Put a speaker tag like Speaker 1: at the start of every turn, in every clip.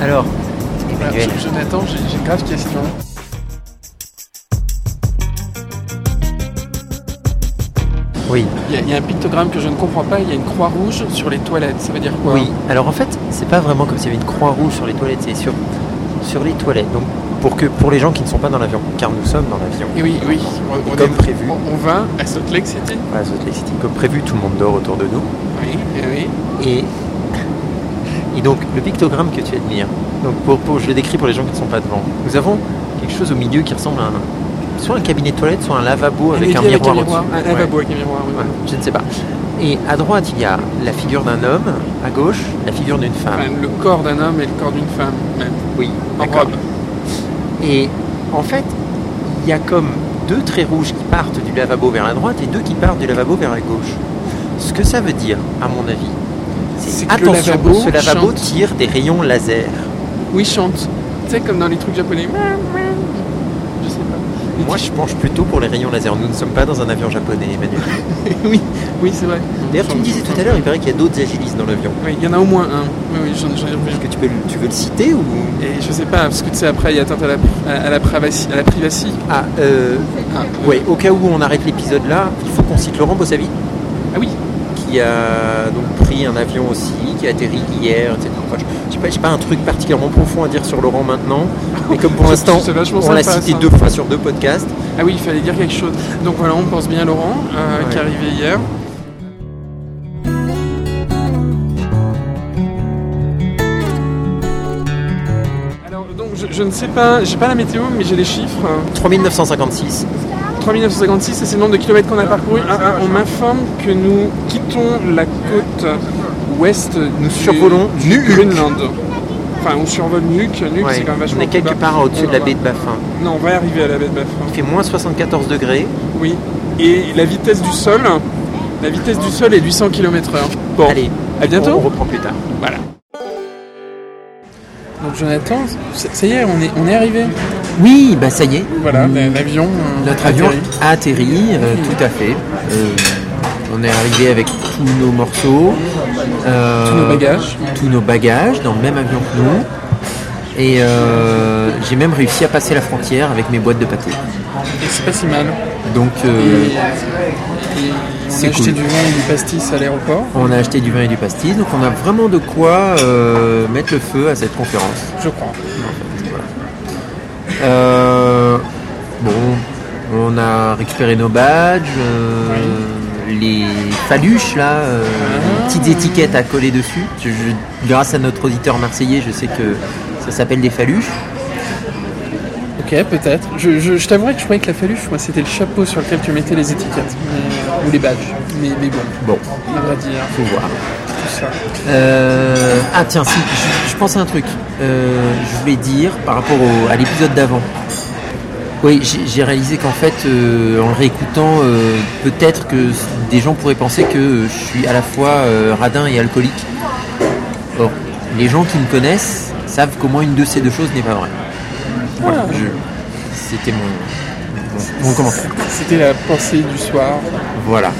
Speaker 1: Alors,
Speaker 2: Ouais,
Speaker 1: Emmanuel,
Speaker 2: Jon- Jonathan, j'ai j'ai une grave question.
Speaker 1: oui.
Speaker 2: Il y, a- il y a un pictogramme que je ne comprends pas, il y a une croix rouge sur les toilettes, ça veut dire quoi
Speaker 1: Oui, alors en fait, c'est pas vraiment comme s'il y avait une croix rouge sur les toilettes, c'est sur, sur les toilettes. Donc, pour, que, pour les gens qui ne sont pas dans l'avion, car nous sommes dans l'avion.
Speaker 2: Et oui, oui. On, on
Speaker 1: Comme prévu.
Speaker 2: On, on va à Salt Lake City.
Speaker 1: Voilà, Salt Lake City. Comme prévu, tout le monde dort autour de nous.
Speaker 2: Oui, eh oui.
Speaker 1: Et, et donc, le pictogramme que tu admires, donc pour, pour- je le décris pour les gens qui ne sont pas devant. Nous avons quelque chose au milieu qui ressemble à un- soit un cabinet de toilette, soit un lavabo avec
Speaker 2: évier
Speaker 1: un miroir
Speaker 2: Un,
Speaker 1: au-dessus.
Speaker 2: un
Speaker 1: Ouais.
Speaker 2: lavabo avec un miroir, oui.
Speaker 1: Ouais, je ne sais pas. Et à droite, il y a la figure d'un homme, à gauche, la figure d'une femme.
Speaker 2: Enfin, le corps d'un homme et le corps d'une femme, même.
Speaker 1: Oui,
Speaker 2: En
Speaker 1: d'accord.
Speaker 2: robe.
Speaker 1: Et en fait, il y a comme deux traits rouges qui partent du lavabo vers la droite et deux qui partent du lavabo vers la gauche. Ce que ça veut dire, à mon avis,
Speaker 2: C'est
Speaker 1: c'est
Speaker 2: que le
Speaker 1: attention,
Speaker 2: lavabo
Speaker 1: ce lavabo
Speaker 2: chante.
Speaker 1: tire des rayons laser.
Speaker 2: Oui, chante. Tu sais, comme dans les trucs japonais. Je sais pas.
Speaker 1: Moi, je penche plutôt pour les rayons laser. Nous ne sommes pas dans un avion japonais, Emmanuel.
Speaker 2: oui, oui, c'est vrai.
Speaker 1: D'ailleurs, Ah, tu me disais tout à l'heure, il paraît qu'il y a d'autres agilistes dans l'avion.
Speaker 2: Oui, il y en a au moins un. Oui, oui, j'en j'en ai revu.
Speaker 1: Est-ce que tu, peux, le- tu veux le citer ou
Speaker 2: Et je sais pas, parce que tu sais, après, il y a atteinte à la, à, à la privacy. À la privacy.
Speaker 1: Ah, euh,
Speaker 2: Ah,
Speaker 1: ouais. Au cas où on arrête l'épisode là, il faut qu'on cite Laurent Bossavi,
Speaker 2: Ah oui,
Speaker 1: qui a donc pris un avion aussi, qui a atterri hier, etc. Enfin, je- je sais pas, j'ai pas un truc particulièrement profond à dire sur Laurent maintenant, mais comme pour
Speaker 2: C'est-
Speaker 1: l'instant,
Speaker 2: c'est vachement
Speaker 1: on l'a
Speaker 2: sympa,
Speaker 1: cité
Speaker 2: ça.
Speaker 1: deux fois sur deux podcasts.
Speaker 2: Ah oui, il fallait dire quelque chose. Donc voilà, on pense bien à Laurent, euh,
Speaker 1: Ouais.
Speaker 2: qui est arrivé hier. Alors, donc, je, je ne sais pas, j'ai pas la météo, mais j'ai les chiffres.
Speaker 1: 3956.
Speaker 2: 3956, c'est le nombre de kilomètres qu'on a parcouru. Ah, ah, on m'informe que nous quittons la côte ouest.
Speaker 1: Nous
Speaker 2: du
Speaker 1: survolons Nuuk.
Speaker 2: Greenland. Enfin, on survole Nuuk. Nuuk,
Speaker 1: Ouais,
Speaker 2: c'est quand même vachement
Speaker 1: on est
Speaker 2: plus
Speaker 1: quelque
Speaker 2: bas.
Speaker 1: part au-dessus de la baie de Baffin.
Speaker 2: Non, on va arriver à la baie de Baffin.
Speaker 1: Il fait moins 74 degrés.
Speaker 2: Oui. Et la vitesse du sol, la vitesse du sol est 800 km/h. Bon,
Speaker 1: Allez,
Speaker 2: à bientôt.
Speaker 1: on reprend plus tard.
Speaker 2: Voilà. Donc Jonathan, ça ça y est, on est, on est arrivé.
Speaker 1: Oui, bah ça y est,
Speaker 2: Voilà, la- l'avion. euh,
Speaker 1: Notre avion
Speaker 2: atterrit.
Speaker 1: a atterri, euh, tout à fait. Euh, on est arrivé avec tous nos morceaux, euh,
Speaker 2: Tous nos bagages.
Speaker 1: tous nos bagages dans le même avion que nous. Et euh, j'ai même réussi à passer la frontière avec mes boîtes de pâté.
Speaker 2: Et c'est pas si mal.
Speaker 1: Donc
Speaker 2: Et,
Speaker 1: euh,
Speaker 2: et on
Speaker 1: c'est
Speaker 2: a acheté
Speaker 1: cool.
Speaker 2: du vin et du pastis à l'aéroport.
Speaker 1: on a acheté du vin et du pastis, donc on a vraiment de quoi euh, mettre le feu à cette conférence.
Speaker 2: Je crois.
Speaker 1: Euh, bon, on a récupéré nos badges, euh, les faluches là, euh, les petites étiquettes à coller dessus. Je- je- grâce à notre auditeur marseillais, je sais que ça s'appelle des faluches.
Speaker 2: Ok, peut-être. Je, je, je t'avouerais que je croyais que la faluche, moi, c'était le chapeau sur lequel tu mettais les étiquettes. Mais- euh, Ou les badges. Mais, mais bon,
Speaker 1: Bon,
Speaker 2: on va dire
Speaker 1: faut voir.
Speaker 2: tout ça.
Speaker 1: Euh, ah tiens, si, je, je pense à un truc. Euh, je voulais dire par rapport au- à l'épisode d'avant. Oui, j'ai j'ai réalisé qu'en fait, euh, en le réécoutant, euh, peut-être que s- des gens pourraient penser que euh, je suis à la fois euh, radin et alcoolique. Or, les gens qui me connaissent savent qu'au moins une de ces deux choses n'est pas vraie. Voilà,
Speaker 2: Ah.
Speaker 1: je- c'était mon, mon, mon commentaire.
Speaker 2: C'était la pensée du soir.
Speaker 1: Voilà.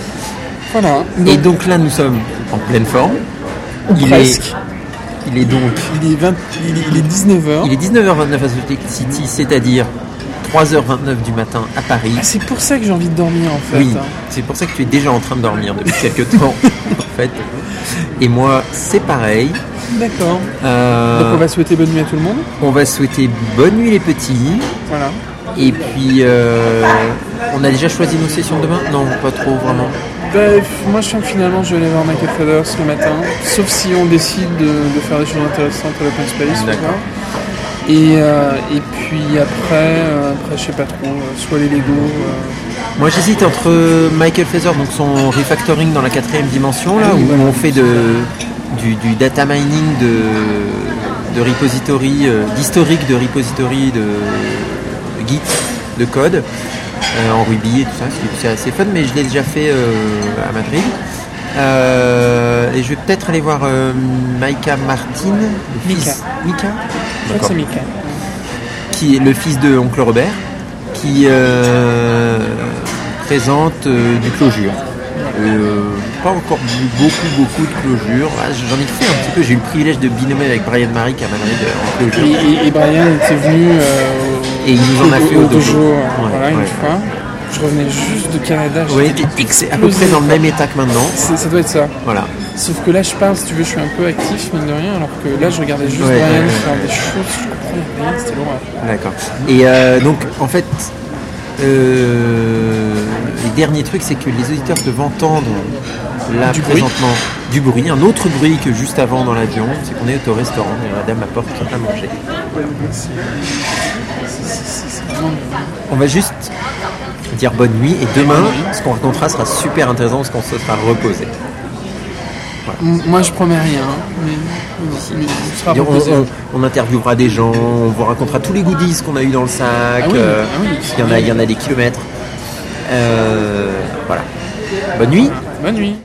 Speaker 2: Voilà.
Speaker 1: Et donc là, nous sommes en pleine forme. Il est,
Speaker 2: Presque.
Speaker 1: il est donc
Speaker 2: Il est, 20 il est, il est 19h.
Speaker 1: Il est 19h29 à Salt Lake City, c'est-à-dire 3h29 du matin à Paris.
Speaker 2: Ah, c'est pour ça que j'ai envie de dormir en fait.
Speaker 1: Oui, c'est pour ça que tu es déjà en train de dormir depuis quelques temps, en fait. Et moi, c'est pareil.
Speaker 2: D'accord.
Speaker 1: Euh,
Speaker 2: Donc on va souhaiter bonne nuit à tout le monde.
Speaker 1: on va souhaiter bonne nuit les petits.
Speaker 2: Voilà.
Speaker 1: Et puis, euh, on a déjà choisi nos sessions de demain Non, pas trop vraiment.
Speaker 2: Bref, moi je sens que finalement je vais aller voir Michael Feather ce matin. Sauf si on décide de, de faire des choses intéressantes à l'Open Space.
Speaker 1: D'accord.
Speaker 2: voilà. Et, euh, et puis après, euh, après je sais pas trop, euh, soit les Lego. euh,
Speaker 1: Moi, j'hésite entre Michael Fazer, donc son refactoring dans la quatrième dimension, là,
Speaker 2: Ah oui,
Speaker 1: où
Speaker 2: voilà.
Speaker 1: on fait de, du, du data mining de, de repository, euh, d'historique de repository de, de Git, de code, euh, en Ruby et tout ça, c'est- c'est assez fun, mais je l'ai déjà fait euh, à Madrid. Euh, et je vais peut-être aller voir euh, Maika Martin, le
Speaker 2: Mika.
Speaker 1: fils- Mika
Speaker 2: je crois que
Speaker 1: D'accord
Speaker 2: c'est Mika.
Speaker 1: qui est le fils de Oncle Robert, qui euh, présente euh, du clojure.
Speaker 2: Voilà.
Speaker 1: Euh, pas encore bu beaucoup, beaucoup de clôtures. Ah, J'en ai fait un petit peu. J'ai eu le privilège de binommer avec Brian Maric à Madrid euh, en
Speaker 2: Et,
Speaker 1: clôture.
Speaker 2: et- et Brian était venu euh, au-
Speaker 1: Et il nous en a fait au dojo.
Speaker 2: euh,
Speaker 1: Ouais,
Speaker 2: voilà, une
Speaker 1: ouais.
Speaker 2: fois. Je revenais juste de Canada.
Speaker 1: Oui,
Speaker 2: j'étais
Speaker 1: c'est à peu près dans le même état que maintenant.
Speaker 2: C'est- Ça doit être ça.
Speaker 1: Voilà.
Speaker 2: Sauf que là, je parle, si tu veux, je suis un peu actif, mine de rien, alors que là, je regardais juste
Speaker 1: Ouais,
Speaker 2: Brian
Speaker 1: ouais, ouais.
Speaker 2: faire des choses, je comprenais rien, c'était l'horreur.
Speaker 1: D'accord. Et euh, donc, en fait, euh, les derniers trucs, c'est que les auditeurs peuvent entendre là
Speaker 2: Du bruit.
Speaker 1: présentement du bruit, un autre bruit que juste avant dans l'avion, c'est qu'on est au restaurant et madame apporte à manger. On va juste dire bonne nuit et demain, ce qu'on racontera sera super intéressant parce qu'on se sera reposé.
Speaker 2: M- Moi, je promets rien, hein, mais, mais on sera
Speaker 1: On,
Speaker 2: reposé.
Speaker 1: on- on interviewera des gens, on vous racontera tous les goodies qu'on a eu dans le sac.
Speaker 2: Ah oui,
Speaker 1: euh,
Speaker 2: ah oui.
Speaker 1: Il y en a, il y en a des kilomètres. Euh, voilà. Bonne nuit.
Speaker 2: Bonne nuit.